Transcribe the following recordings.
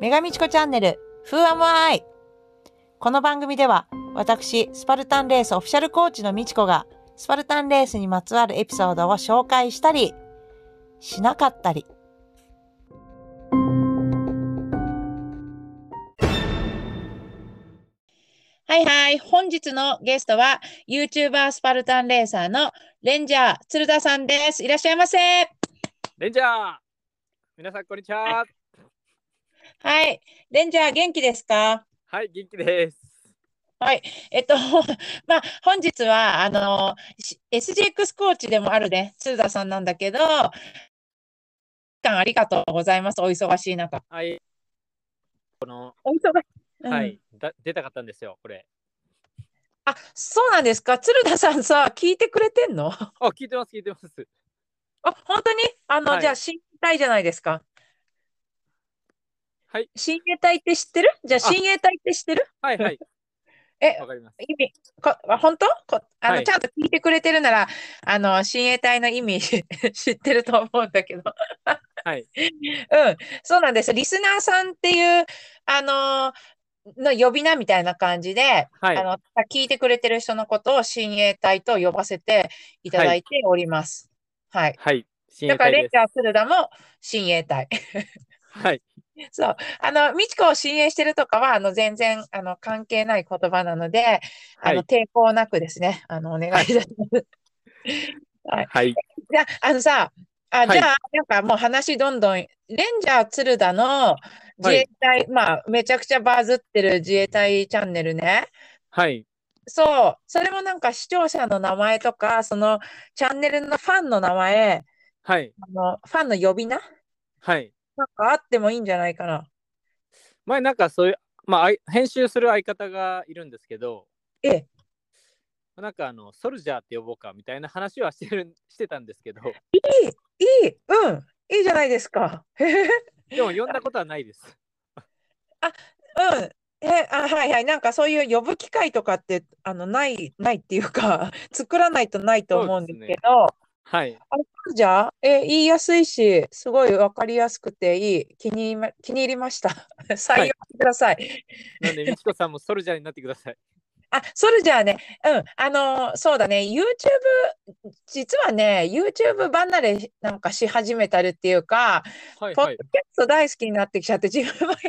女神チコチャンネル Who am I? この番組では私、スパルタンレースオフィシャルコーチのみちこがスパルタンレースにまつわるエピソードを紹介したり、しなかったり。はいはい。本日のゲストは YouTuber スパルタンレーサーのレンジャー鶴田さんです。いらっしゃいませ。レンジャー皆さん、こんにちは。はい。レンジャー元気ですかはい、元気です。えっと、 まあ、本日は、あの、し SGX コーチでもあるね、鶴田さんなんだけど、間ありがとうございます。お忙しい中。はい。この、お忙しいは。い、だ出たかったんですよ、これ。あ、そうなんですか。鶴田さんさ、聞いてくれてんのあ、あ、聞いてます、聞いてます。本当にあの、はいじゃあ、親衛隊じゃないですか。はい。親衛隊って知ってるじゃあ、あ親衛隊って知ってるはい、はい。 えわかります。意味、こ、あ本当こ、あの、はいちゃんと聞いてくれてるなら、あの、親衛隊の意味 知ってると思うんだけど。はい。 うん、そうなんです。リスナーさんっていう、あのーの呼び名みたいな感じで、はいあ。の、聞いてくれてる人のことを親衛隊と呼ばせていただいております。はい。はい。親だ衛から、隊レンでジャー鶴田も親衛隊。す。はい。そう。あの、美智子を親衛してるとかは、あの、全然、あの、関係ない言葉なので、あはの、い抵抗なくですね、あの、お願いいたします。はい。じゃあ、あのさ、あ、いじゃあ、なんかもう話どんどん、レンジャー鶴田の自衛隊、まあ、めちゃくちゃバズってる自衛隊チャンネルね。はい。そう、それもなんか視聴者の名前とか、そのチャンネルのファンの名前、はい。あの、ファンの呼び名はい。なんかあってもいいんじゃないかな。前、なんかそういう、まああい、編集する相方がいるんですけど、ええ、なんかあの、ソルジャーって呼ぼうかみたいな話はしてる、してたんですけど、いい、うん、いいじゃないですか。へへへでも呼んだことはないです。うん。え、あ、はいはい。なんかそういう呼ぶ機会とかって、あの、ない、ないっていうか、 作らないとないと思うんですそうけですど、はい。あれじゃあ、え、言いやすいし、すごいわかりやすくていい。気に入りま、気に入りました。 採用してください。なんで、みちこさんもソルジャーになってください。あ、それじゃあね、うん、あのーそうだね、YouTube、実はね、YouTube 離れなんかし始めたるっていうか、はい、ポッはドい キ。ャスト大好きになってきちゃって、自分が始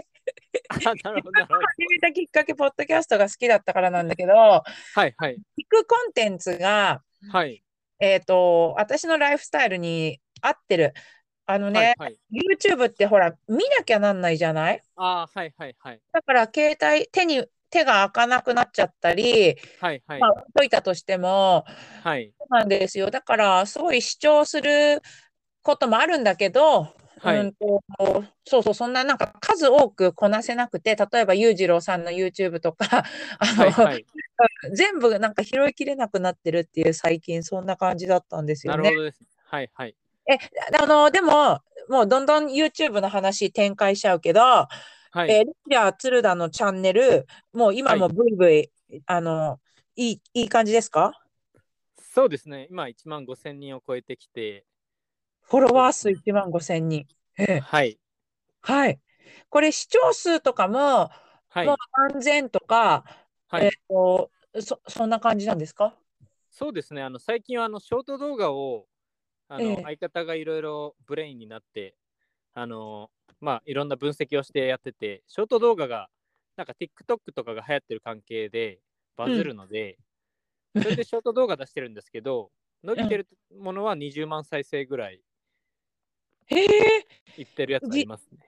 あ、なるほど、なるほど。めたきっかけ、ポッドキャストが好きだったからなんだけど、はい、はい。聞くコンテンツが、はい。えっと、私のライフスタイルに合ってる。あのはいね、、はい。 YouTube ってほら、見なきゃなんないじゃないああ、はいはいはい。だから携帯、手に、手が開かなくなっちゃったり、はいはいま。あ、置いといたとしても、はい。そうなんですよ。だから、すごい主張することもあるんだけど、はうんい。と、そうそう、そんななんか数多くこなせなくて、例えば裕次郎さんの YouTube とか、あの、は いはい。全部なんか拾いきれなくなってるっていう、最近そんな感じだったんですよなるねほ。どです。はいはい。え、あの、でも、もうどんどん YouTube の話展開しちゃうけど、はえい。ー、レンジャー鶴田のチャンネル、もう今はいもブイブイ、あの、いい、いい感じですかそうですね。今1万5000人を超えてきて、フォロワー数1万5千人。ええはい。はい。これ視聴数とかも、はいもう。何千とか、はえっい。と、そ、そんな感じなんですかそうですね。あの、最近はあの、ショート動画を、あえのえ、相方がいろいろブレインになって、あの、まあ、いろんな分析をしてやってて、ショート動画が、なんか TikTok とかが流行ってる関係でバズるので、それでショート動画出してるんです けど、伸びてるものは20万再生ぐらいへえ、いってるやつありますね。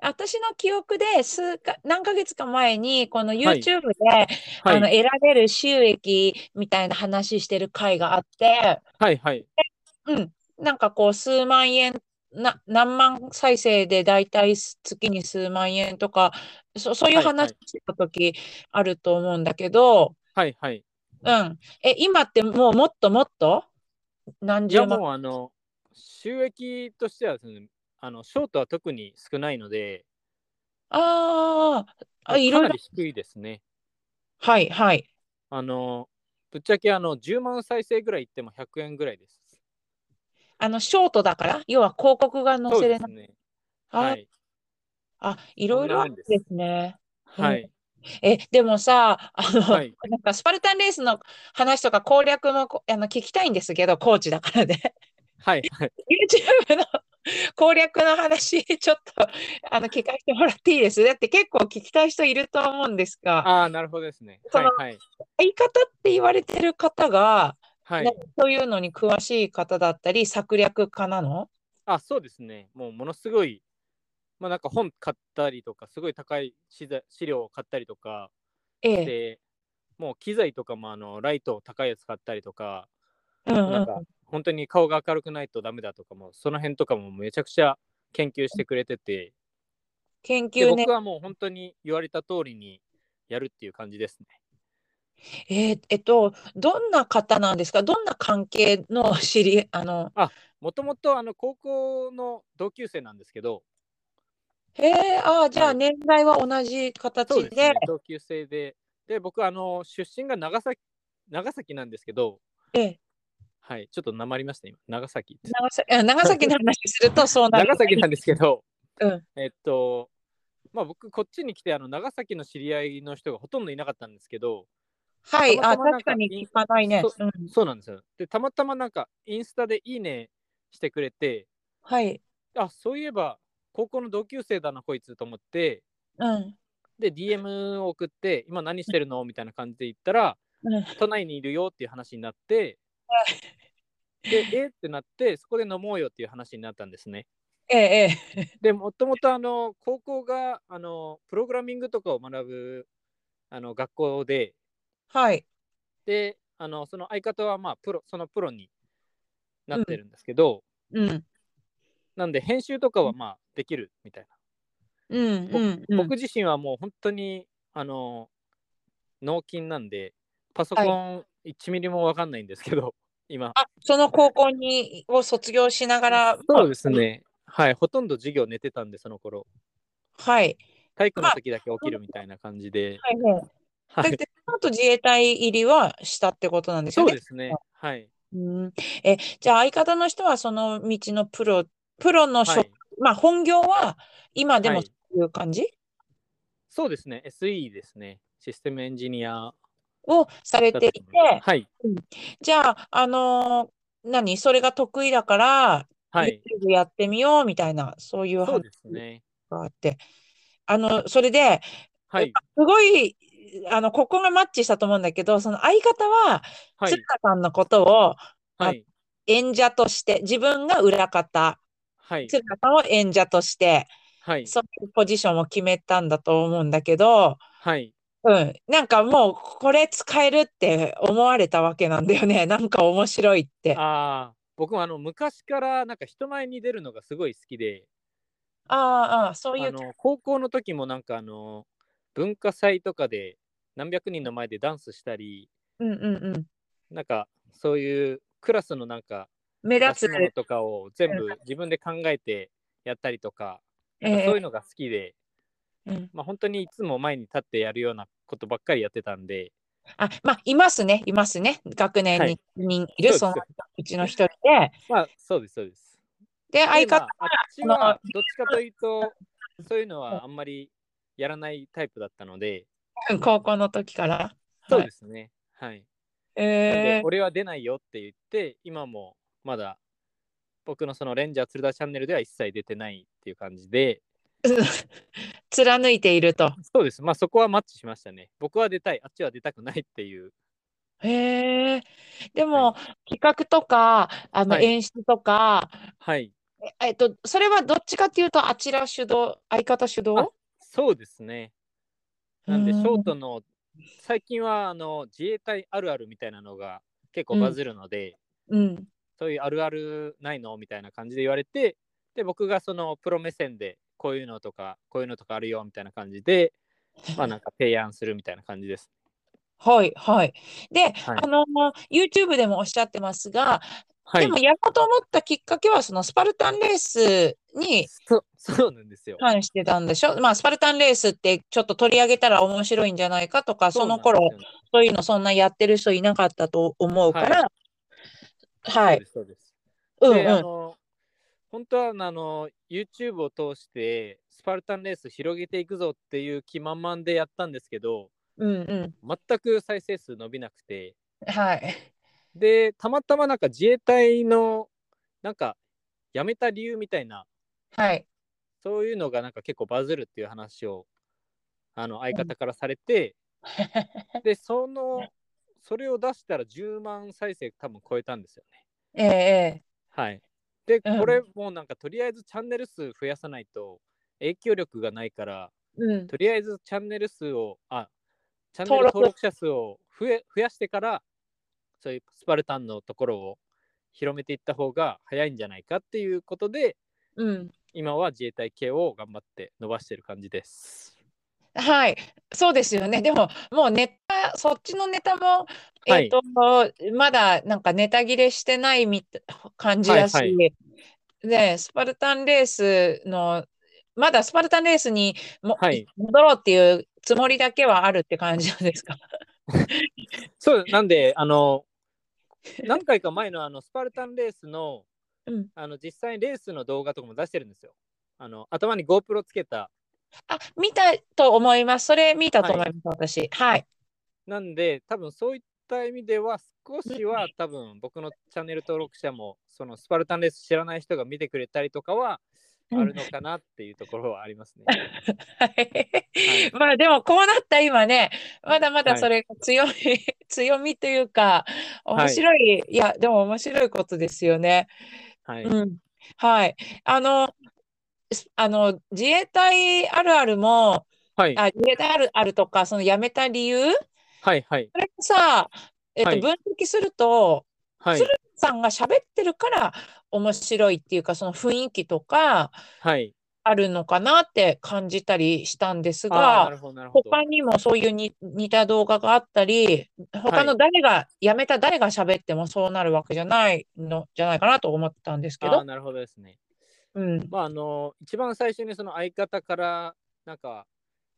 私の記憶で数か、何ヶ月か前に、このはい YouTube で、はあの、得い。られる収益みたいな話してる回があって、はいはい。うん、なんかこう、数万円、な、何万再生で大体す月に数万円とか、そ、そういうはいはい話した時あると思うんだけど、はいはい。うん。え、今ってもうもっともっと何いや十万もうあの収益としてはですねあのショートは特に少ないのであーあ、いかろいろ。なり低いですね。はい、はい。あのぶっちゃけあの10万再生ぐらいいっても100円ぐらいです。あの、ショートだから、要は広告が載そうせでれすない。ね。あーはい。あ、いろいろあそるんんなもんでですすね。うんはい。え、でもさ、あの、はい。なんかスパルタンレースの話とか攻略もこあの聞きたいんですけど、コーチだからで、ね、はい。はい。 YouTube の攻略の話、ちょっとあの聞かせてもらっていいですだって結構聞きたい人いると思うんですが、ああ、なるほどですね。そはいの。はい。相方って言われてる方が、は。ないそういうのに詳しい方だったり、策略家なのあ、そうですね。もうものすごい、まあなんか本買ったりとか、すごい高い資材資料を買ったりとか、ええ。で、もう機材とかもあのライト高いやつ買ったりとか、うんうんなんか本当に顔が明るくないとダメだとかも、その辺とかもめちゃくちゃ研究してくれてて、研で究ね僕。はもう本当に言われた通りにやるっていう感じですね。えーえっと、どんな方なんですかどんな関係の知り、あの、もともとあの高校の同級生なんですけど、へえ、ああ、じゃはあい年代は同じ形そうですねで、、同級生で、で、僕、あの、出身が長崎、長崎なんですけど、ええはい、ちょっとなまりました、今、長崎って。長崎、あ長崎の話するとそうなる。長崎なんですけど、うん。えっと、まあ僕、こっちに来て、あの、長崎の知り合いの人がほとんどいなかったんですけど、はい、たまあ、たまなん確かかに聞かないね。そうん。そうなんですよ。で、たまたまなんか、インスタでいいねしてくれて、はい。あ、そういえば、高校の同級生だな、こいつと思って、うん。で、DM を送って、今何してるのみたいな感じで言ったら、うん。都内にいるよっていう話になって、で、えってなって、そこで飲もうよっていう話になったんですね。ええ、ええ。で、もともとあの高校があのプログラミングとかを学ぶあの学校で、はい。で、あのその相方はまあプロそのプロになってるんですけど、うん。なんで編集とかはまあできるみたいうん。うん。うな。ん。僕自身はもう本当にあの脳筋なんで、パソコン1ミリもわかんないんですけど、今。あ、その高校に、を卒業しながら、そうですね。はい、ほとんど授業寝てたんで、その頃はい。体育の時だけ起きるみたいな感じで。はい、はい。はだいって、その後自衛隊入りはしたってことなんですそようね。ですね。はい。うん、え、じゃあ相方の人はその道のプロ、プロのは職、い。まあ本業は今ではもいそういう感じそうですね、SE ですね。システムエンジニアをされだていとて思、いますはい。じゃあ、あのー何それが得意だから、はい。 YouTube やってみようみたいな、そういうそう話ですね。があって。あの、それで、はい。すごい、あの、ここがマッチしたと思うんだけど、その相方は、は鶴い。田さんのことをはい。演者として、自分が裏方、はい。鶴田さんを演者として、はい。そういうポジションを決めたんだと思うんだけど、はい。うん、なんかもうこれ使えるって思われたわけなんだよね。 なんか面白いって。あああ、僕もあの昔からなんか人前に出るのがすごい好きで、あ、ああそういあう。の高校の時もなんかあの文化祭とかで何百人の前でダンスしたり、うんうんうん。なんかそういうクラスのなんか目出立しつ。物とかを全部自分で考えてやったりとか、なんかえそういうのが好きで、えうんまあ、本当にいつも前に立ってやるようなことばっかりやってたんで、あ、まあ、いますね。いますね。学年はにい一人いる、そそうのですうちの一人で。まあそうですそうです。で、相でま方あ、あっちあはのどっちかというとそういうのはあんまりやらないタイプだったので、うん高校の時から。そうですね。はい。えなんでえ俺は出ないよって言って今もまだ僕のそのレンジャー鶴田チャンネルでは一切出てないっていう感じで、貫いていると。そうです。まあそこはマッチしましたね。僕は出たい、あっちは出たくないっていう。へえ。でもは、企画とか、あの、はい演出とか、はい。えっと、それはどっちかっていうと、あちら主導、相方主導そうですね。なんで、うシんョートの最近はあの自衛隊あるあるみたいなのが結構バズるので、うん。そういうあるあるないのみたいな感じで言われて、で、僕がそのプロ目線でこういうのとか、こういうのとかあるよみたいな感じで、まあなんか提案するみたいな感じです。はい、はい。で、はいあの、YouTube でもおっしゃってますが、はでいも。やろうと思ったきっかけは、そのスパルタンレースにそそうなんですよ。関してたんでしょまあ、スパルタンレースってちょっと取り上げたら面白いんじゃないかとか、その頃、そうなんですよそういうのそんなやってる人いなかったと思うから、はそういで。す、そうです。うんで、うあん。の、本当はあの YouTube を通してスパルタンレース広げていくぞっていう気満々でやったんですけどうんう全く再生数伸びなくてん。はい。でたまたまなんか自衛隊のなんか辞めた理由みたいなはい。 そういうのがなんか結構バズるっていう話をあの相方からされて、でそのそれを出したら10万再生多分超えたんですよね。えええはい、でうんこれもなんかとりあえずチャンネル数増やさないと影響力がないからえうん。とりあえずチャンネル数をあチャンネル登録者数を増え増やしてからそういうスパルタンのところを広めていった方が早いんじゃないかっていうことでうん。今は自衛隊系を頑張って伸ばしてる感じです。はい。そうですよね。でも、もうネタ、そっちのネタも、はえいっと、まだなんかネタ切れしてないみた感じだし、はいはね、スパルタンレースの、まだスパルタンレースにも、はい戻ろうっていうつもりだけはあるって感じなんですか。 そうなんであの何回か前のあのスパルタンレースのうん。あの実際にレースの動画とかも出してるんですよ。あの頭に GoPro つけたあ、見たと思います。それ見たと思はいます、私。はい。なんで多分そういった意味では少しは多分僕のチャンネル登録者もそのスパルタンレース知らない人が見てくれたりとかはあるのかなっていうところはありますね。はい。はいまあでもこうなった今ね、まだまだはいそれが強い、 強みというか、は面い白い、いや、でも面白いことですよね。はいうん。はい。あの、すあの、自衛隊あるあるも、はいあ、自衛隊あるあるとか、その辞めた理由、はいはいそれもさ、えっはと、い分析すると、はい鶴さんが喋ってるから面白いっていうか、その雰囲気とかはい。あるのかなって感じたりしたんですあーがな、るほどなるほど。他にもそういうに似た動画があったり、他の誰が、やめた誰が喋ってもそうなるわけじゃないのじゃないかなと思ってたんですけあーど。なるほどですね。うん。まああの一番最初にその相方からなんか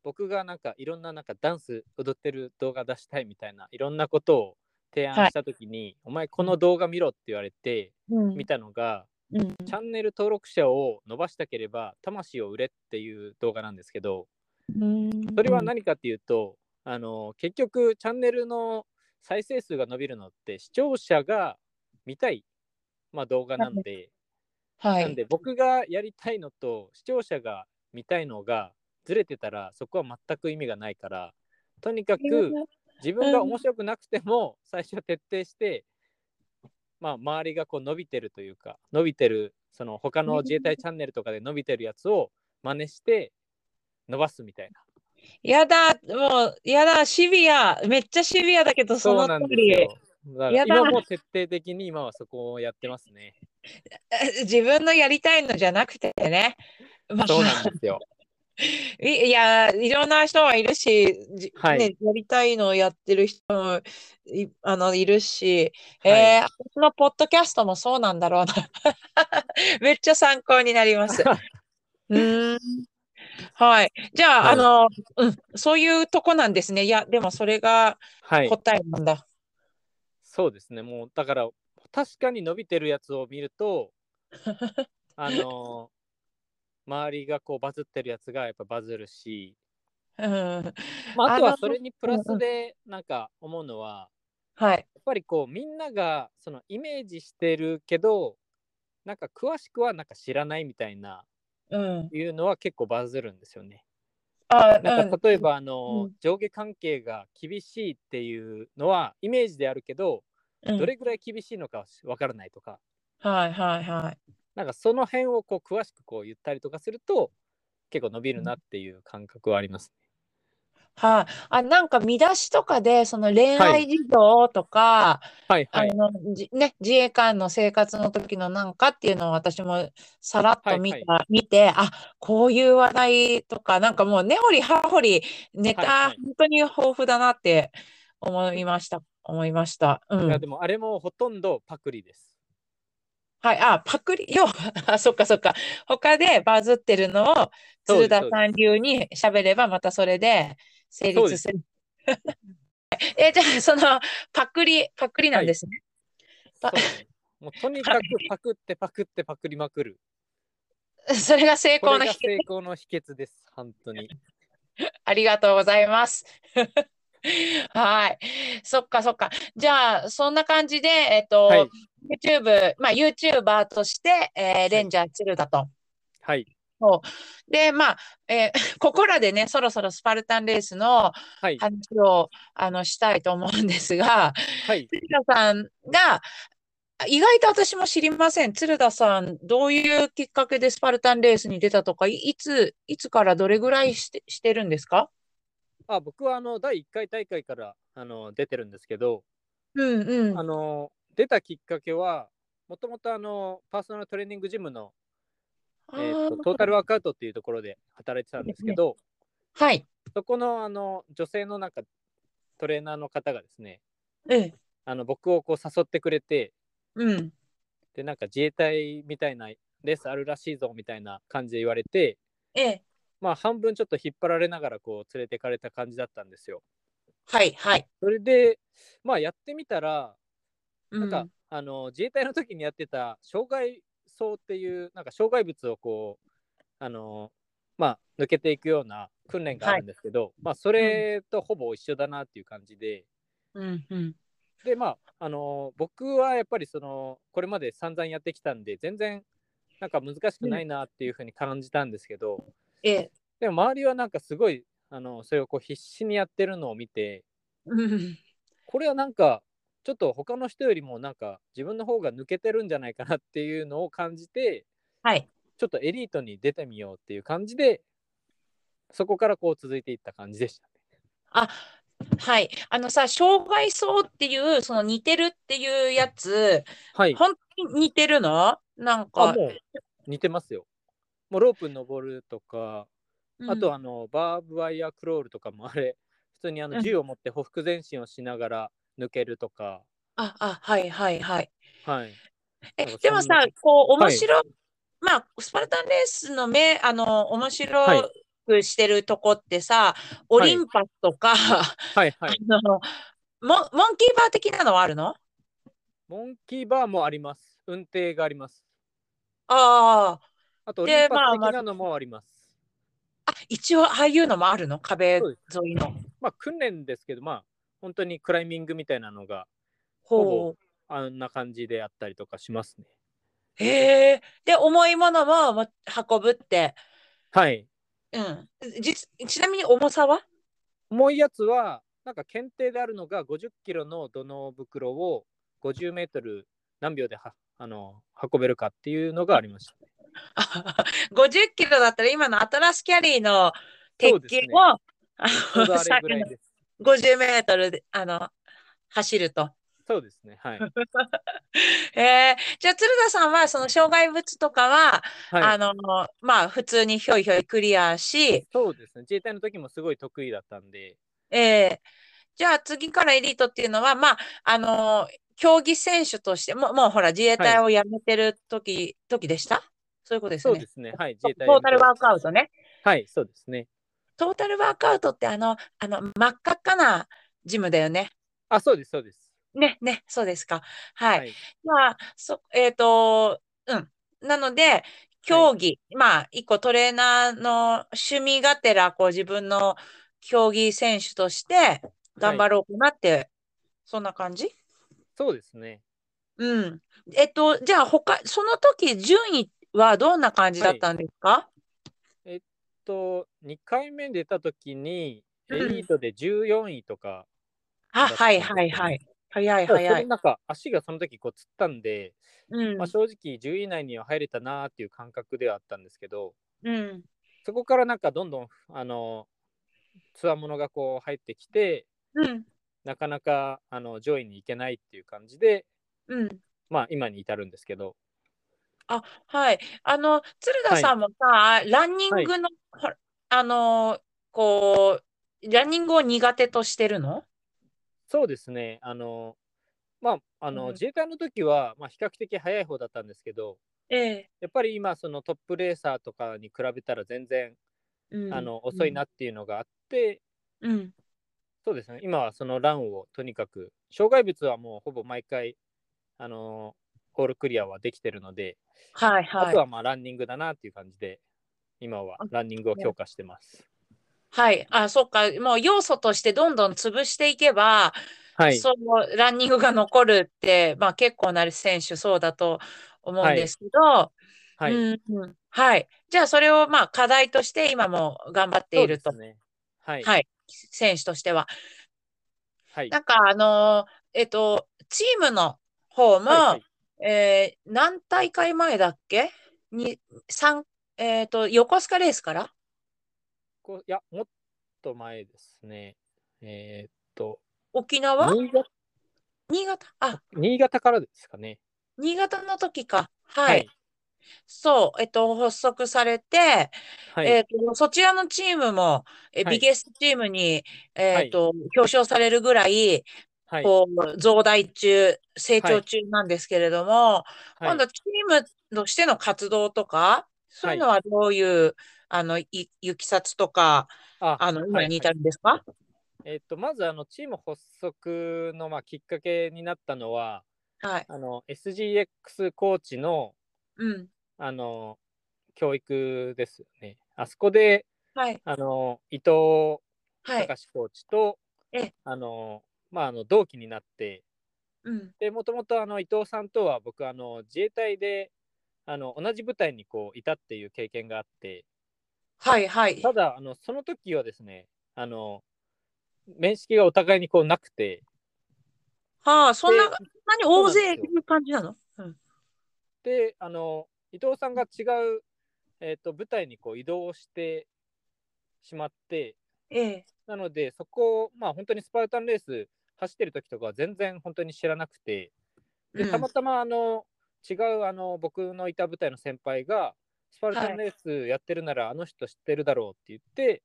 僕がなんかいろんななんかダンス踊ってる動画出したいみたいないろんなことを提案した時に、お前この動画見ろって言われてうん見たのうが、んチャンネル登録者を伸ばしたければ魂を売れっていう動画なんですけどそれは何かっていうと、あの結局チャンネルの再生数が伸びるのって視聴者が見たい、まあ、動画なので。はなんい。で僕がやりたいのと視聴者が見たいのがずれてたらそこは全く意味がないからとにかく自分が面白くなくても最初徹底して、まあ、周りがこう伸びてるというか伸びてるその他の自衛隊チャンネルとかで伸びてるやつを真似して伸ばすみたいな。やだ、もう、やだ、シビア、めっちゃシビアだけど、 そのうなん通ですり、よ。だからやだ今も徹底的に今はそこをやってますね。 自分のやりたいのじゃなくてね。まあそうなんで すよ。いいや、いろんな人はいるし、じはいね、やりたいのをやってる人もい、あの、いるし、はいえー私のポッドキャストもそうなんだろうな。 めっちゃ参考になり ます。うーん。はい。じゃあ、はいあの、うん、そういうとこなんですね。いや、でもそれがはい。答えなんだ。そうですね、もうだから確かに伸びてるやつを見る と、あのー周りがこうバズってるやつがやっぱバズるし、うん。まあ、ああとはのそれにプラスでなんか思うのは、はい。やっぱりこうみんながそのイメージしてるけど、なんか詳しくはなんか知らないみたいなうん。いうのは結構バズるんですよね。あ、なんうかん。例えばあのーうん上下関係が厳しいっていうのはイメージであるけど、うんどれぐらい厳しいのかはわからないとか。はい、はい、はい。なんかその辺をこう詳しくこう言ったりとかすると結構伸びるなっていう感覚はあります。はい、あ、なんか見出しとかで、その恋はい愛事情とか、はいはあいの、じね、自衛官の生活の時のなんかっていうのを私もさらっはとい見はいた、見て、あ、こういう話題とか、なんかもう根掘り葉掘り、ネはいはタ、い本当に豊富だなって思いました。思いました。ういやん。でもあれもほとんどパクリです。はい。あ、パクリ、 よ、あ、そっかそっか。他でバズってるのをそうです鶴田そうですさん流に喋れば、またそれで成そう立でする。 え、じゃあ、その、パクリ、パクリなんですね。そうあねもうとにかくパクってパクってパクりまくる。それが成こ功のれが秘訣成功の秘訣です、本当に。ありがとうございます。 はい。そっかそっか。じゃあ、そんな感じで、えっと、はい YouTube、まあ、YouTuber として、えーレンジャーチルだと。はい。で、まあ、えー ここらでね、そろそろスパルタンレースのはい。話を、あの、したいと思うんですが、はい。鶴田さんが、意外と私も知りません。鶴田さん、どういうきっかけでスパルタンレースに出たとか、いいつ、いつからどれぐらいして、してるんですかあ僕はあの第1回大会からあの出てるんですけど、うんうんあ。の出たきっかけは、もともとあのパーソナルトレーニングジムの、えーとあートータルワークアウトっていうところで働いてたんですけど、はい。そこのあの女性のなんかトレーナーの方がですね、ええ。あの僕をこう誘ってくれて、うん。でなんか自衛隊みたいなレースあるらしいぞみたいな感じで言われて、ええ。まあ、半分ちょっと引っ張られながらこう連れてかれた感じだったんですよ。はい、はい。それで、まあ、やってみたら、ななんか、あの自衛隊の時にやってた障害走っていうなんか障害物をこうあのまあ抜けていくような訓練があるんですけど、まあそれとほぼ一緒だなっていう感じで、うん、うん。でまああの僕はやっぱりそのこれまで散々やってきたんで全然なんか難しくないなっていうふうに感じたんですけど、ええ。でも周りはなんかすごいあのそれをこう必死にやってるのを見てうん。これはなんかちょっと他の人よりもなんか自分の方が抜けてるんじゃないかなっていうのを感じてはい。ちょっとエリートに出てみようっていう感じでそこからこう続いていった感じでしたね。あ、はい。あのさ、障害層っていう、その似てるっていうやつ、はい。本当に似てるのなんあか、もう似てますよ。もうロープ登るとか、うんあとあのバーブワイヤークロールとかもあれ普通にあうのん銃を持って歩幅前進をしながら抜けるとか、あ、あ、はい、はい、はい。はい。え、なんかでもそんなさ、こう、は面い白、まあ、スパルタンレースの目、あの、面は白いくしてるとこってさ、オリンパスとか、はいはい。あの、モン、モンキーバー的なのはあるのモンキーバーもあります。運転があります。ああ、あと、オリでンパスまあ的なのもあります。あ、一応、ああいうのもあるの壁沿そうでいの。まあ、訓練ですけど、まあ、本当にクライミングみたいなのが、ほほうぼあんな感じであったりとかしますね。へえ。で、重いものもも運ぶって。はい。うん。じ、ちなみに重さは 重いやつは、なんか検定であるのが50キロの土のう袋を50メートル何秒ではあの運べるかっていうのがありま した。 50キロだったら今のアトラスキャリーのそ鉄うです筋ねを、あちょうどの、あれぐらいです。 50メートルで、あの、走ると。そうですね。 はい。へえ。じゃあ、鶴田さんは、その障害物とかは、はあい、の、まあ、普通にひょいひょいクリアし、そうですね。自衛隊の時もすごい得意だったんで、ええ。じゃあ、次からエリートっていうのは、まあ、あの、競技選手として、もう、もうほら、自衛隊はを辞めてる時、時でしたそういうことですそようね。ですね。はい。自ト衛隊ータルワークアウトね。はい、そうですね。トータルワークアウトってあの、あの、真っ赤っかなジムだよね。あ、そうです、そうです。ね、ね、そうですか。はい。はいまあ、そ、えっと、うん。なので、競技、まあ、一個トレーナーの趣味がてら、こう自分の競技選手として頑張はい、ろうかなって、そんな感じそうですね。うん。えっと、じゃあ他、その時順位はどんな感じだったんですかと2回目出た時にエうんリートで14位とか、あ、だったんですはいよはいはい。早いただそ早れい。なんか足がその時こうつったんで、うんまあ、。正直10位以内には入れたなーっていう感覚ではあったんですけどうん。そこからなんかどんどんあのつわものがこう入ってきてうん。なかなかあの上位に行けないっていう感じでうん。まあ今に至るんですけどあ、はい。あの、鶴田はいさんもさ、ランニングの、ほらあの、こう、ランニングを苦手としてるのそうですねあのまああうんの自衛隊の時は、まあ、比較的早い方だったんですけどええ。やっぱり今そのトップレーサーとかに比べたら全然うん。あの遅いなっていうのがあって、うん。そうですね、今はそのランをとにかく、障害物はもうほぼ毎回、あのオールクリアはできてるので、はいあはとい。はまあランニングだなっていう感じで、今はあランニングを強化してます。はい。あ、そっか。もう要素としてどんどん潰していけば、はい、そのランニングが残るって、まあ結構な選手そうだと思うんですけど、はい、うんうんはい。じゃあそれをまあ課題として今も頑張っていると。そうですね。はい、はい選手としては。はい、なんかあのーえっと、チームの方も、はいえー何大会前だっけに、三えっと、横須賀レースからこういや、もっと前ですね。えーっと、沖縄新潟新潟あ、新潟からですかね。新潟の時か。はい。そう、えっと、発足されて、はい、えっと、そちらのチームも、え、はビいゲストチームに、えはいっと、表彰されるぐらい、はい、こう、増大中、成は長い中なんですけれども、はい今度チームとしての活動とか、そういうのはどういう、あの、い、ゆきさつとか、ああの、今はいに至るんですかえーっと、まずあのチーム発足のまあきっかけになったのは、はい。あの SGX コーチのうん。あの教育ですよね。あそこではい。あの伊藤はい。隆コーチと、ええあのまああの同期になって、うん。でもともとあの伊藤さんとは僕あの自衛隊であの同じ部隊にこういたっていう経験があってはい。はい。ただあのその時はですねあの面識がお互いにこうなくてはあ、そんな、でそんなに大勢いそうなんですよる感じなのうん。であの伊藤さんが違う、えー、と部隊にこう移動してしまってええ。なのでそこをまあ本当にスパルタンレース走ってる時とかは全然本当に知らなくてうでんたまたまあの違うあの僕のいた部隊の先輩がスパルタンレースやってるならあの人知ってるだろうって言って、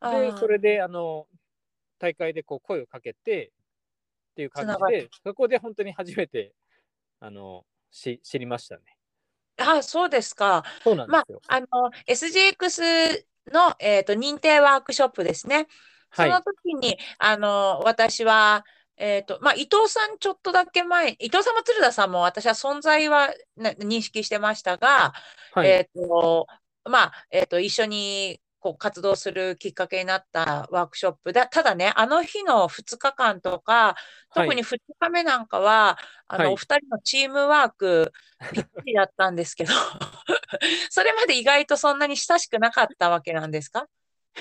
あであそれであの大会でこう声をかけてっていう感つじながでそこで本当に初めてあのし知りましたね。あ、そうですか。そうなんでまあすよ。、あの、SGX の、えっと、認定ワークショップですね。そはいの時に、あの、私は、えっと、まあ、伊藤さんちょっとだけ前、伊藤さんも鶴田さんも私は存在はね認識してましたが、はい、えっと、まあ、えっと、一緒に、こう、活動するきっかけになったワークショップだ。ただね、あの日の2日間とか、はい特に2日目なんかは、あはの、いお二人のチームワーク、びっくりだったんですけど、 それまで意外とそんなに親しくなかったわけなんですか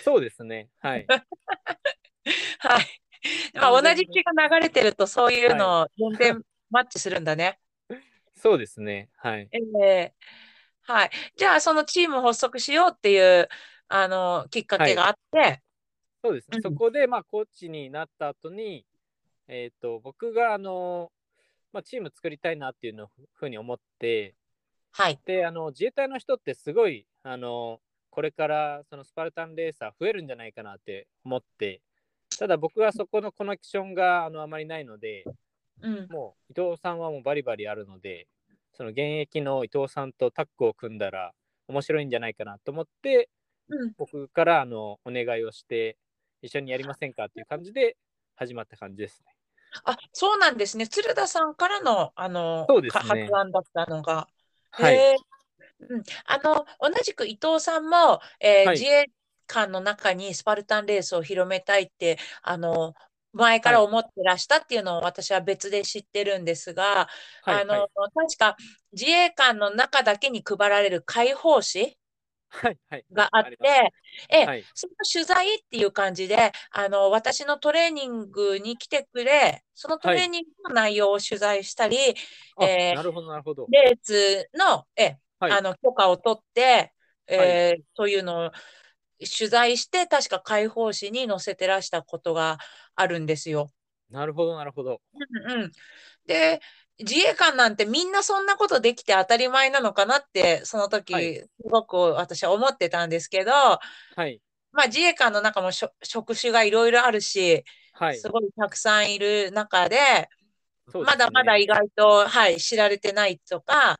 そうですね。 はい。はい。 まあ、完全同にじ血が流れてると、そういうの、全然マッチするんだね。そうですね。はい。ええはい。じゃあ、そのチーム発足しようっていう、あの、きっかけがあって、そうですうね。んそこで、まあ、コーチになった後に、えっ、と、僕が、あの、まあ、チーム作りたいなっていうのふうに思って、はい。で、あの、自衛隊の人ってすごい、あの、これから、そのスパルタンレーサー増えるんじゃないかなって思って、ただ僕はそこのコネクションがあのあまりないので、うん。もう伊藤さんはもうバリバリあるので、その現役の伊藤さんとタッグを組んだら面白いんじゃないかなと思って、うん。僕からあのお願いをして一緒にやりませんかっていう感じで始まった感じですね。あ、そうなんですね。鶴田さんからの、あの、そうですかね発案だったのが。はい、へえうん、あの、同じく伊藤さんも、えーはい自衛官の中にスパルタンレースを広めたいって、あの、前からはい思ってらしたっていうのを私は別で知ってるんですが、はい、あの、はい、確か自衛官の中だけに配られる解放誌はい、はい、があってりま、ええす、はい、その取材っていう感じで、あの、私のトレーニングに来てくれ、そのトレーニングの内容を取材したり、あえーなるほど、なるほど。レースの、え、はいあの、許可を取って、えーそういうのを取材して、確か解放誌に載せてらしたことがあるんですよ。なるほど、なるほど。うんうん。で、自衛官なんてみんなそんなことできて当たり前なのかなって、その時、はいすごく私は思ってたんですけど、はい、まあ自衛官の中もしょ職種がいろいろあるし、はい、すごいたくさんいる中で、そうでますだまだね意外と、はい、知られてないとか、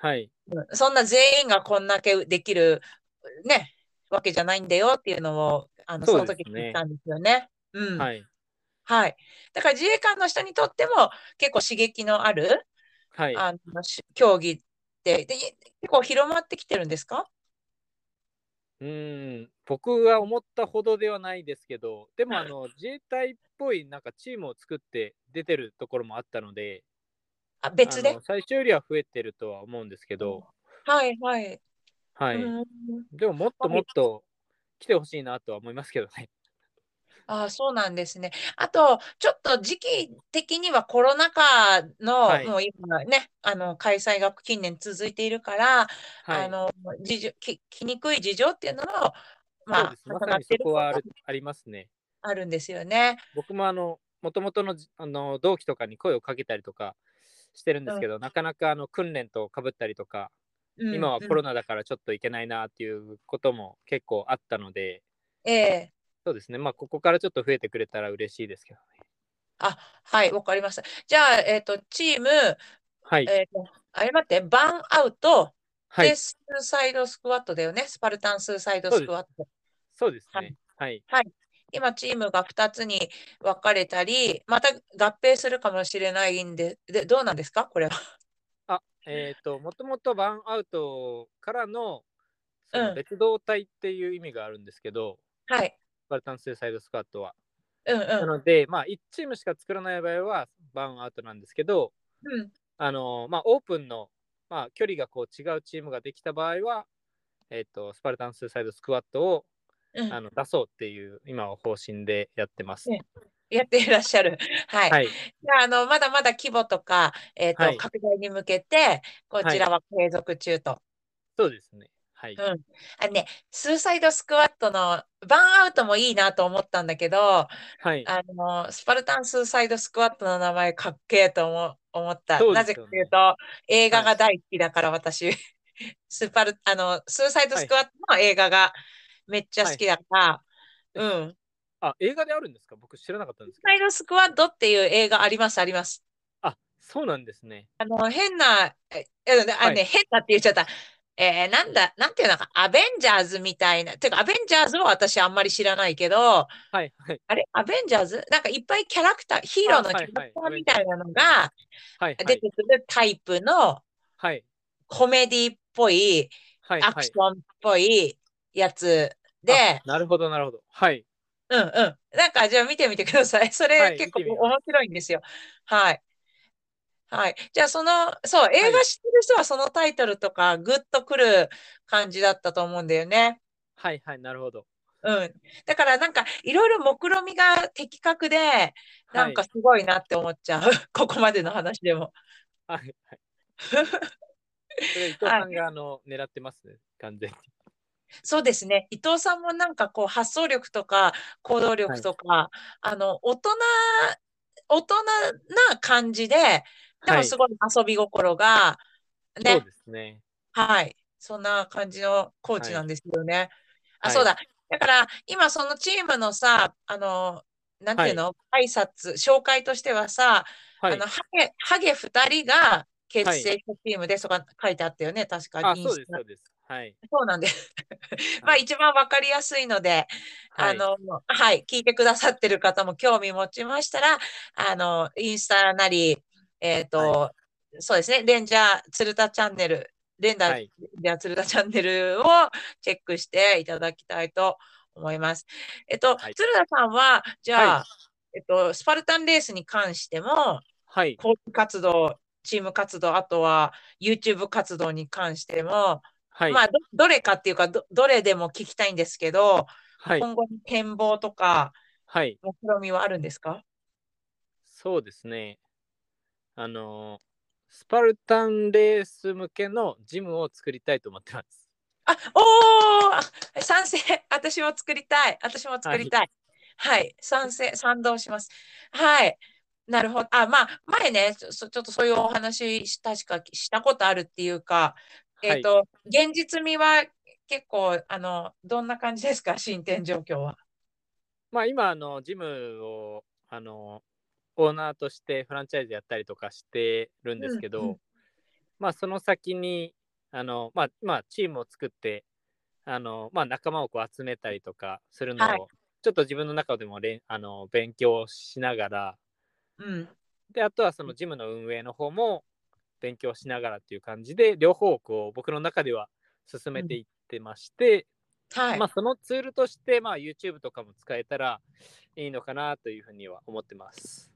はい、そんな全員がこんだけできる、ね、わけじゃないんだよっていうのを、あの、そそのうです時ね聞いたんですよね。うん。はい、はい。だから自衛官の人にとっても結構刺激のある、はい。あの、し競技って、で、い結構広まってきてるんですかうーん僕が思ったほどではないですけど、でもあの自衛隊っぽいなんかチームを作って出てるところもあったので、あ、別あでの最初よりは増えてるとは思うんですけど、はいはい。はい、うんでももっともっと来てほしいなとは思いますけどね。ああ、そうなんですね。あと、ちょっと時期的にはコロナ禍の、はいもう今ね、あの、開催が近年続いているから、はい、あの、事情、き、来にくい事情っていうのも、そうまですあ、ま重さなっにそてるこはあこるありますね。とあるんですよね。僕もあの元々のじあの同期とかに声をかけたりとかしてるんですけど、なかなかあの訓練とかぶったりとか、うん今はうんコロナだからちょっといけないなっていうことも結構あったので、ええ。そうですね、まあ、ここからちょっと増えてくれたら嬉しいですけどね。あ、はい、わかりました。じゃあ、えっと、チーム、はい、えっと、あれ待って、バーンアウト、はで、い、スーサイドスクワットだよね。スパルタンスーサイドそうスですクワット。そうですはいね。はい、今、チームが2つに分かれたり、また合併するかもしれないんで、で、どうなんですかこれは。 えっ、と、もともとバーンアウトからのそのうん別動隊っていう意味があるんですけど、はい。スパルタンスーサイドスクワットは。うんなので、まあ、1チームしか作らない場合はバーンアウトなんですけど、うん。うん。あのまあ、オープンの、まあ、距離がこう違うチームができた場合は、えっとスパルタンスーサイドスクワットをうんあの出そうっていう今は方針でやってます。ねやっていらっしゃる。はい。はい、じゃあ、あの、まだまだ規模とか、えっと、はい拡大に向けて、こはいちらは継続中と。そうですね。はい、うんあのね、スーサイドスクワットのバーンアウトもいいなと思ったんだけど、はい、あの、スパルタンスーサイドスクワットの名前かっけえと思、思った。そうなでぜすよねかというと、映画はがい大好きだから私、スパル、あの、スーサイドスクワットの映画がめっちゃ好きだから、うん。スあ、映画であるんですか僕知らなかったんですけパイドスクワットっていう映画あります、あります。ど。あ、そうなんですね。あの、変な、え、えあのね、はい変なって言っちゃった。えーなんだ、なんていうのか、アベンジャーズみたいな。てか、アベンジャーズは私あんまり知らないけど、はい、はい、あれアベンジャーズなんかいっぱいキャラクター、ヒーローのあキャはラいクタはいーみたいなのがはい、は出てい、くるタイプのはい、コメディっぽい、はい、アはクシい。ョンっぽいやつであ、なるほど、なるほど。はい、うんうん。なんか、じゃあ見てみてください。 それはい結構見てみます面白いんですよ。はい。はい。じゃあ、その、そう、映画知ってる人はそのタイトルとか、グッとくる感じだったと思うんだよね。はい、はい、なるほど。うん。だから、なんか、いろいろ目論みが的確で、なんかはすごいなって思っちゃう。 ここまでの話でも。い、はい、はい。それ伊藤さんがあの狙ってますね、完全に。そうですね。伊藤さんもなんかこう発想力とか行動力とか、あの、大人、大人な感じで、ではもい、すそうごい遊び心が、ね、ですね。はい。そんな感じのコーチなんですよね。あ、はいそうだ。だから、今そのチームのさ、あの、なんていうの、挨拶、紹介としてはさ、はあいの、、ハゲ、ハゲ2人が結成したチームで、そこが書いてあったよね。確かあ、にそうです、そうです。はい、そうなんです。 まあ、はい一番わかりやすいので、はあい、の、はい、聞いてくださってる方も興味持ちましたら、あの、インスタなり、えっと、そうですね、レンジャー鶴田チャンネル、レンダはー、レンい、ジャー鶴田チャンネルをチェックしていただきたいと思います。えっと、はい鶴田さんは、じゃはあ、えっと、スパルタンレースに関しても、はい、コーチ活動、チーム活動、あとは YouTube 活動に関しても、はい、まあ、ど、どれかっていうか、ど、どれでも聞きたいんですけど、はい、今後の展望とか、はい、目論みはあるんですかそうですね。あのスパルタンレース向けのジムを作りたいと思ってます。あ、おー、賛成。 私も作りたい。私も作りたい。はい、賛成、賛同します。はい。なるほど。あ、まあ、前ね、ちょ、そちょっとそういうお話し、確かしたことあるっていうか、えっはい、と、現実味は結構、あの、どんな感じですか進展状況は。まあ今あのジムをあのオーナーとしてフランチャイズやったりとかしてるんですけど、うんうんまあその先にあのまあ今チームを作ってあのまあ仲間をこう集めたりとかするのを、はいちょっと自分の中でもれんあの勉強しながらうん。であとはそのジムの運営の方も勉強しながらっていう感じで両方をこう僕の中では進めていってまして、はい。まあ、そのツールとして、まあ、YouTube とかも使えたらいいのかなというふうには思ってます。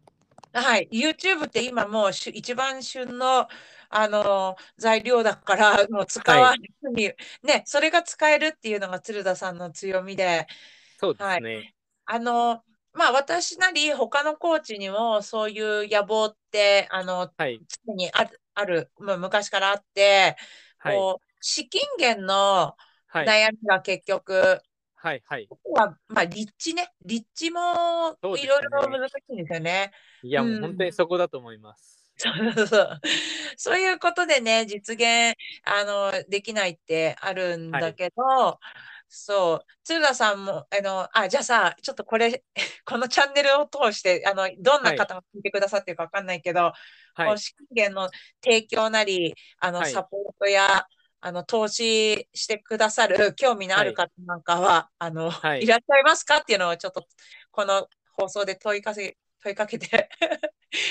はい、YouTube って今もうしゅ一番旬の、あの材料だから もう使わずに、ね、それが使えるっていうのが鶴田さんの強みで、そうですね。あのまあ私なり他のコーチにもそういう野望ってあのはい。常にある、あるまあ昔からあって、はい。はい。こう資金源のはい。悩みが結局、はい。はい、はまあ立地ね、立地もそうでいすろよいねろ難しいんですよね。いや、うんもう本当にそこだと思います。そうそうそう。 そういうことでね、実現、あの、できないってあるんだけど、そう、鶴田さんも、あの、あ、じゃあさ、ちょっとこれ、 このチャンネルを通して、あの、どんなはい方が聞いてくださってるかわかんないけど、はこ。いう資金源の提供なり、あの、はいサポートや、あの、投資してくださる 興味のある方なんかは、あの、はいいらっしゃいますかっていうのをちょっと、この放送で問いかせ、問いかけて、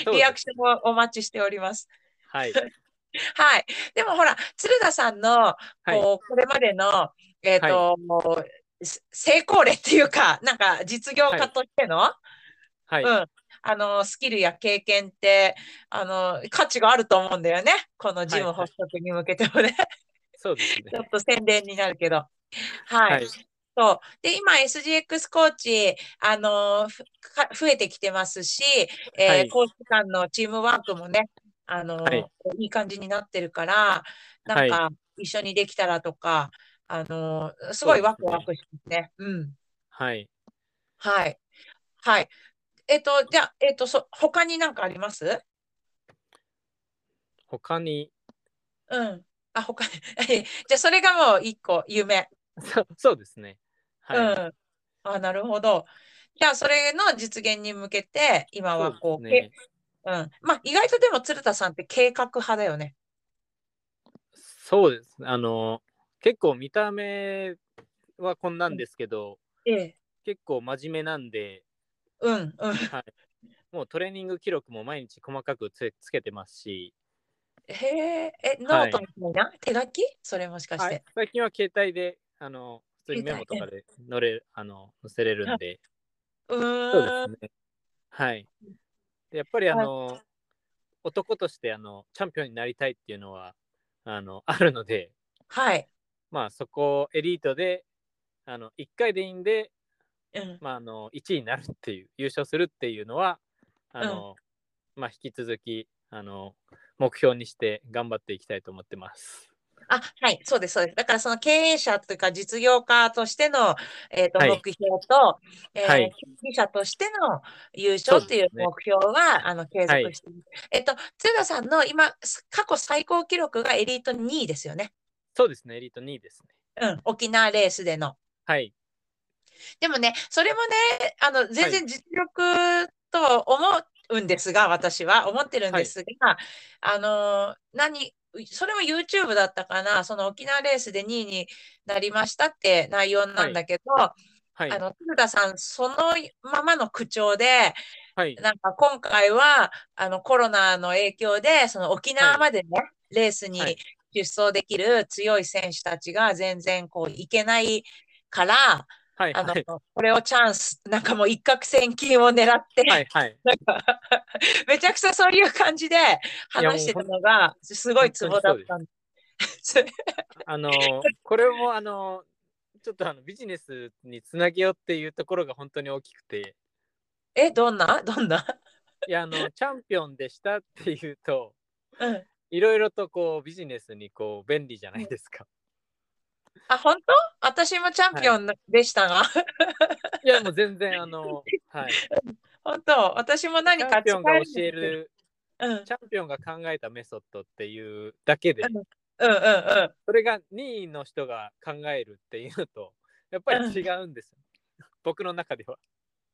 そうリでアクすションをお待ちしております。 はい。はい。でもほら、鶴田さんの、はい。こう、これまでの、えっと、もうせ成功例っていうか、なんか実業家としての、はい。うん、あの、スキルや経験って、あの、価値があると思うんだよね。このジム発足に向けてもね。そうですねちょ。っと宣伝になるけど。はい。はい。そう。で、今 SGX コーチ、あのーふか増えてきてますし、えーはいコーチ間のチームワークもね、あのーはいい、い感じになってるから、なはんいか一緒にできたらとか、あのーすそごういですねワクワクしますね。うん。はい。はい。はい。えっ、と、じゃあ、えっ、と、そ、他になんかあります他に、 うん。あ、他に。 じゃあ、それがもう一個、夢。そうそうですね。はい。うん。あ、なるほど。じゃあ、それの実現に向けて、今はそこうう、ですね。けうん。まあ、意外とでも鶴田さんって計画派だよね。そうです。あの、結構見た目はこんなんですけど、ええ。結構真面目なんで、うん、うん。もうトレーニング記録も毎日細かくつつけてますし、 へえ、え、ノートみたいな手書きそれもしかしはてい。最近は携帯で、あの、普通にメモとか携で乗れるあの載せれるんで、うそうーん。ですね。はい。でやっぱりあはいの、男としてあのチャンピオンになりたいっていうのはあの あるので、はい。まあそこをエリートで、あの1回でいいんで、うん。まあ、あの1位になるっていう優勝するっていうのはあの、まあ、引き続きあの目標にして頑張っていきたいと思ってます。あ、はい、そうです、そうです。だから、その経営者というか、実業家としての、えっと、はい目標と、えーはい経営者としての優勝っていうそうですね目標は、あの、継続はいしている。えっと、鶴田さんの今、過去最高記録がエリート2位ですよね。そうですね、エリート2位ですね。うん、沖縄レースでの。はい、でもね、それもね、あの、全然実力とは思うんですが、私は思ってるんですが、あのー、何、それも YouTube だったかな、その沖縄レースで2位になりましたって内容なんだけど、はいあ、の、鶴田さん、そのままの口調で、はい、なんか今回は、あの、コロナの影響で、その沖縄までね、レースにはい出走できる強い選手たちが全然こう行けないから、はい、あのはい、、これをチャンス、なんかもう一攫千金を狙って、はい、はい。めちゃくちゃそういう感じでやもう話してたのが、すごいツボだったんです。あの、これもあの、ちょっとあのビジネスにつなげようっていうところが本当に大きくて、 え、どんなどんないや、あ の、チャンピオンでしたっていうと、うん。いろいろとこうビジネスにこう便利じゃないですか。あ、本当私もチャンピオンでしたが、 いや、もう全然あの、はい。本当私も何チャかンピオンが使え教える、うん。うんチャンピオンが考えたメソッドっていうだけでう、んうんうん。それが2位の人が考えるっていうのと、やっぱり違うんですよ。僕の中では。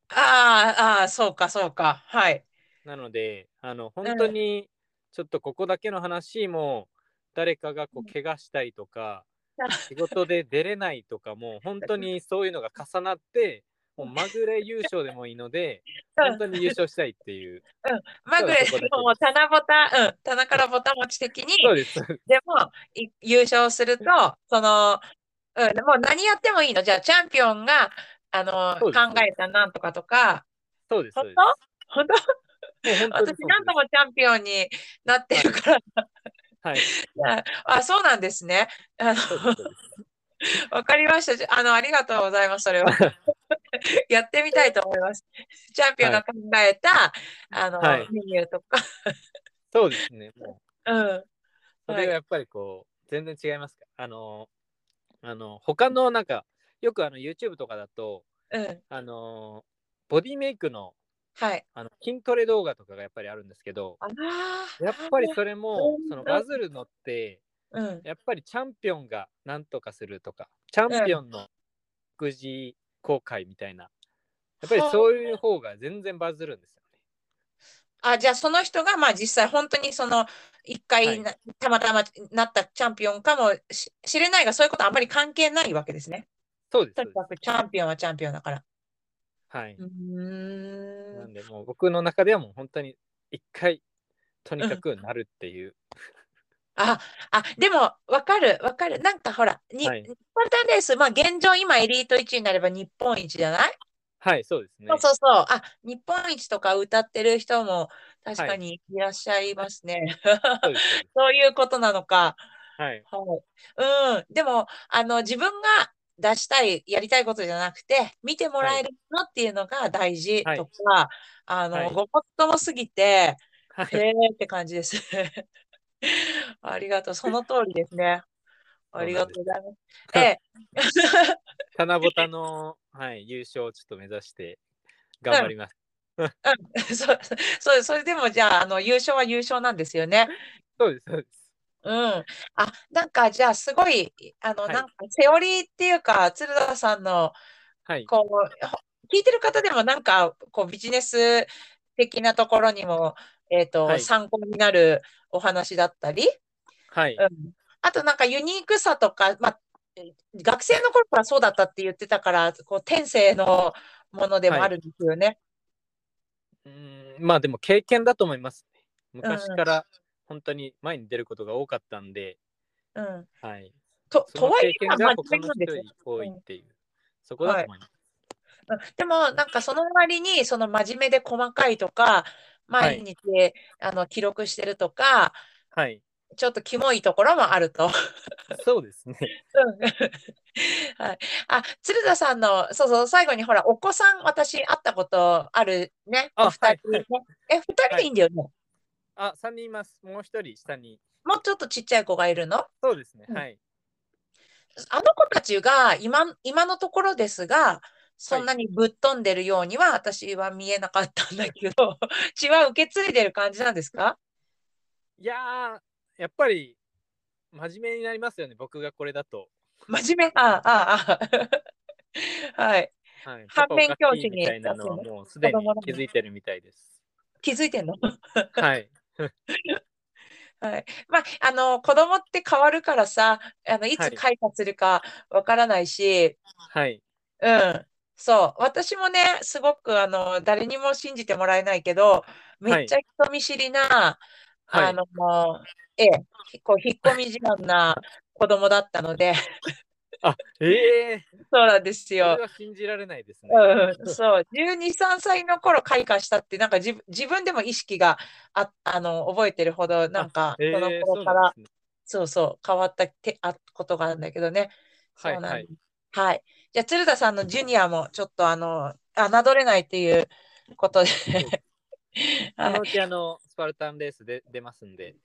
ああ、ああ、そうか、そうか。はい。なので、あの、本当に、ちょっとここだけの話も、誰かがこうう怪我したりとかうん、仕事で出れないとかも、本当にそういうのが重なって、もうまぐれ優勝でもいいの で、本当に優勝したいっていう。まぐれでももう棚ぼた、うん、棚からぼた持ち的に、そうです。でもい優勝すると、その、うん、もう何やってもいいの。じゃあ、チャンピオンが、あの、そう考ですえたなんとかとか、そうです。そう本で当本当すもう本当にそう私です何度もチャンピオンになってるから、はい。 あ、そうなんですね。あのそうですそうですわかりましたじゃ。あの、ありがとうございます。それは。 やってみたいと思います。チャンピオンが考えた、あの、はいメニューとか。そうで すね。もうん。う、それがやっぱりこう、全然違いますか。あの、あの、他のなんか、よくあの YouTube とかだと、うん。あの、ボディメイクのはい。あの筋トレ動画とかがやっぱりあるんですけど、ああ。やっぱりそれもうん、そのバズるのって、うん。やっぱりチャンピオンがなんとかするとか、チャンピオンの育児公開みたいな、やっぱりそういう方が全然バズるんですよね。あ、じゃあその人が、まあ実際本当にその、一はい回なたまたまなったチャンピオンかもし知れないが、そういうことあんまり関係ないわけですね。そうです。とそうでにかすくチャンピオンはチャンピオンだから。はい。うーなんん。で、もう僕の中ではもう本当に一回、とにかくなるっていう。あ、あ、でも、わかる、わかる。なんかほら、に、はいスパルタンレース、まあ現状今エリート1位になれば日本一じゃないはい、そうですね。そうそうそう。あ、日本一とか歌ってる人も確かにいらっしゃいますね。 そうですそうですそういうことなのか。はい。はい。うん。でも、あの、自分が出したい、やりたいことじゃなくて、見てもらえるのっていうのが大事はいとか、あの、はいごもっともすぎて、 はいへえって感じです。ありがとう。その通りですね。そうなんであすりがとうございます。ええ、七夕の、はい、優勝をちょっと目指して頑張ります。 そう、そう、それでもじゃあ、あの、優勝は優勝なんですよね。そうです、そうです。うん。あ、なんか、じゃあ、すごい、あの、はいなんか、セオリーっていうか、鶴田さんの、はい。こう、ほ聞いてる方でも、なんか、こう、ビジネス的なところにも、えっと、はい参考になるお話だったり、はい。うん。あと、なんか、ユニークさとか、まあ、学生の頃からそうだったって言ってたから、こう、天性のものでもはいあるんですよね。うーんまあでも経験だと思いますね。昔から本当に前に出ることが多かったんで、うん。はい。と、そとのはいえ経、験まがあ他の十分で人すよより多いっていう、そこだと思いまうす。んでも、なんかその割に、その真面目で細かいとか、はい毎日、あの、記録してるとか、はい。ちょっとキモいところもあると。 そうですね。うん はい。あ、鶴田さんの、そうそう、最後にほら、お子さん、私、会ったことあるね。あお二人ね。え、二人でいいんだよね。あ、3人います。もう1人下に。もうちょっとちっちゃい子がいるのそうですね。うんはい。あの子たちが、今、今のところですが、そんなにぶっ飛んでるようには、私は見えなかったんだけど、 血は受け継いでる感じなんですかいやー、やっぱり真面目になりますよね。僕がこれだと。真面目、ああ、あ あ、はい。はい。反面パパおかし教師いにみたいなのはもうすでに気づいてるみたい です。気づいてんのはい。はい。まあ、あの、子供って変わるからさ、あの、いはつい開花するかわからないし、はい。うん。そう。私もね、すごく、あの、誰にも信じてもらえないけど、めっちゃ人見知りな、はあい。の、ええ、こう、引っ込み思案な子供だったので、 あ、ええー、そうなんですそよれ。は信じられないですね。うん、そう、12、3歳の頃開花したって、なんか自自分でも意識があ、あの、覚えてるほど、なんか、えそのー頃そうかなんら、ですね。そうそう、変わったてあことがあるんだけどね。そはうい。なんはいで。す。はい。じゃあ、鶴田さんのジュニアも、ちょっと、あの、侮れないっていうことで、はいそのうちあの、スパルタンレースで出ますんで。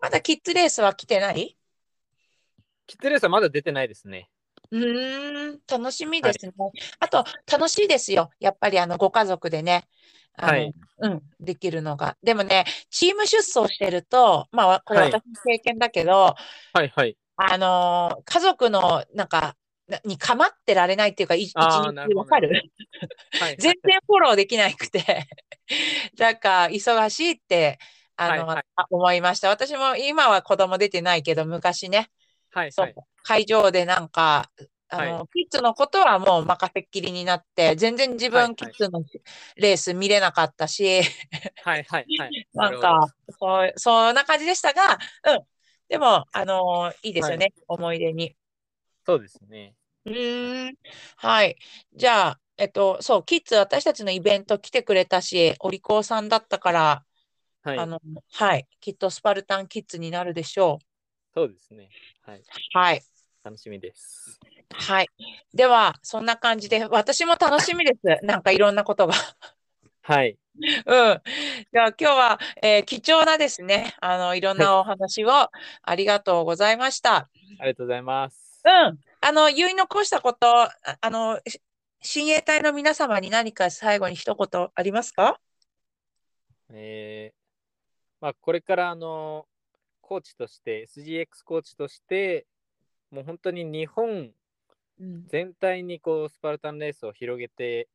まだキッズレースは来てないキッズレースはまだ出てないですね。うーん、楽しみですね。あと、楽しいですよ。やっぱり、あの、ご家族でね、あの、はいうん、できるのが。でもね、チーム出走してると、まあ、わこれはい私の経験だけど、はいはい。あのー家族の、なんか、なに構ってられないっていうか、い一あー日なるほどわかなるる はい、全然フォローできなくて、 なんか、忙しいって、あの、はいはいあ思いました。私も今は子供出てないけど、昔ね、はいそはうい。会場でなんか、あの、はキッズのことはもう任せっきりになって、全然自はいは分いキッズのレース見れなかった し、はいはいはい。なんなるほか、そう、そんな感じでしたが、うん。でも、あのいいですよね、思い出に。そうですね。うーん。はい。じゃあ、えっと、そう、キッズ、私たちのイベント来てくれたし、お利口さんだったから、はいあ。の、はい、きっとスパルタンキッズになるでしょそうですね。はい。う。はい。楽しみです。はい。では、そんな感じで、私も楽しみ です。なんかいろんなことが。はい。 うん。じゃあ今日は、えー貴重なですね、あの、いろんなお話をありがとうございました。ありがとうございます。うん。あの、結い残したこと、ああの、し親衛隊の皆様に何か最後に一言ありますかえーまあ、これからあのコーチとして SGX コーチとしてもう本当に日本うん。全体にこうスパルタンレースを広げて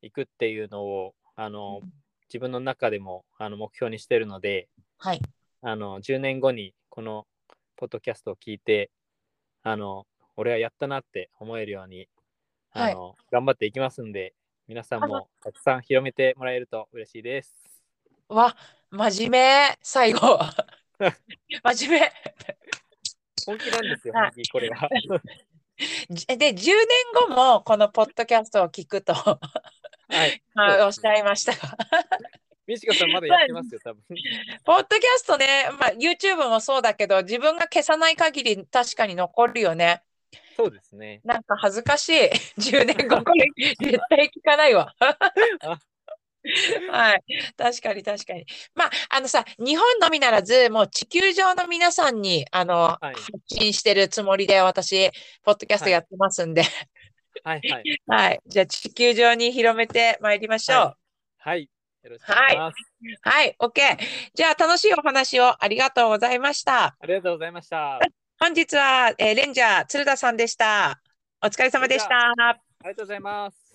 いくっていうのをあの自分の中でもあの目標にしてるのではい。あの10年後にこのポッドキャストを聞いてあの俺はやったなって思えるようにあの、頑張っていきますんで皆さんもたくさん広めてもらえると嬉しいです。わ、真面目、最 後。真面目。本気なんですよ、はい本気これは。じで、10年後もこのポッドキャストを聞くとはい。あそうおっしゃいましたが。みちこさんまだやってますよ、多分。ポッドキャストね、まあ、YouTube もそうだけど、自分が消さない限り確かに残るよね。そうですね。なんか恥ずかしい。10年 後これ絶対聞かないわ。 はい。確かに確かに。まあ、あのさ、日本のみならず、もう地球上の皆さんに、あの、い発信してるつもりで私、ポッドキャストやってますんで、はいはい。はい。じゃあ地球上に広めてまいりましょう。ははい。よろしくお願いします。はい、OK。じゃあ楽しいお話をありがとうございました。ありがとうございました。あ本日は、えーレンジャー鶴田さんでした。お疲れ様でした。りがとうございます。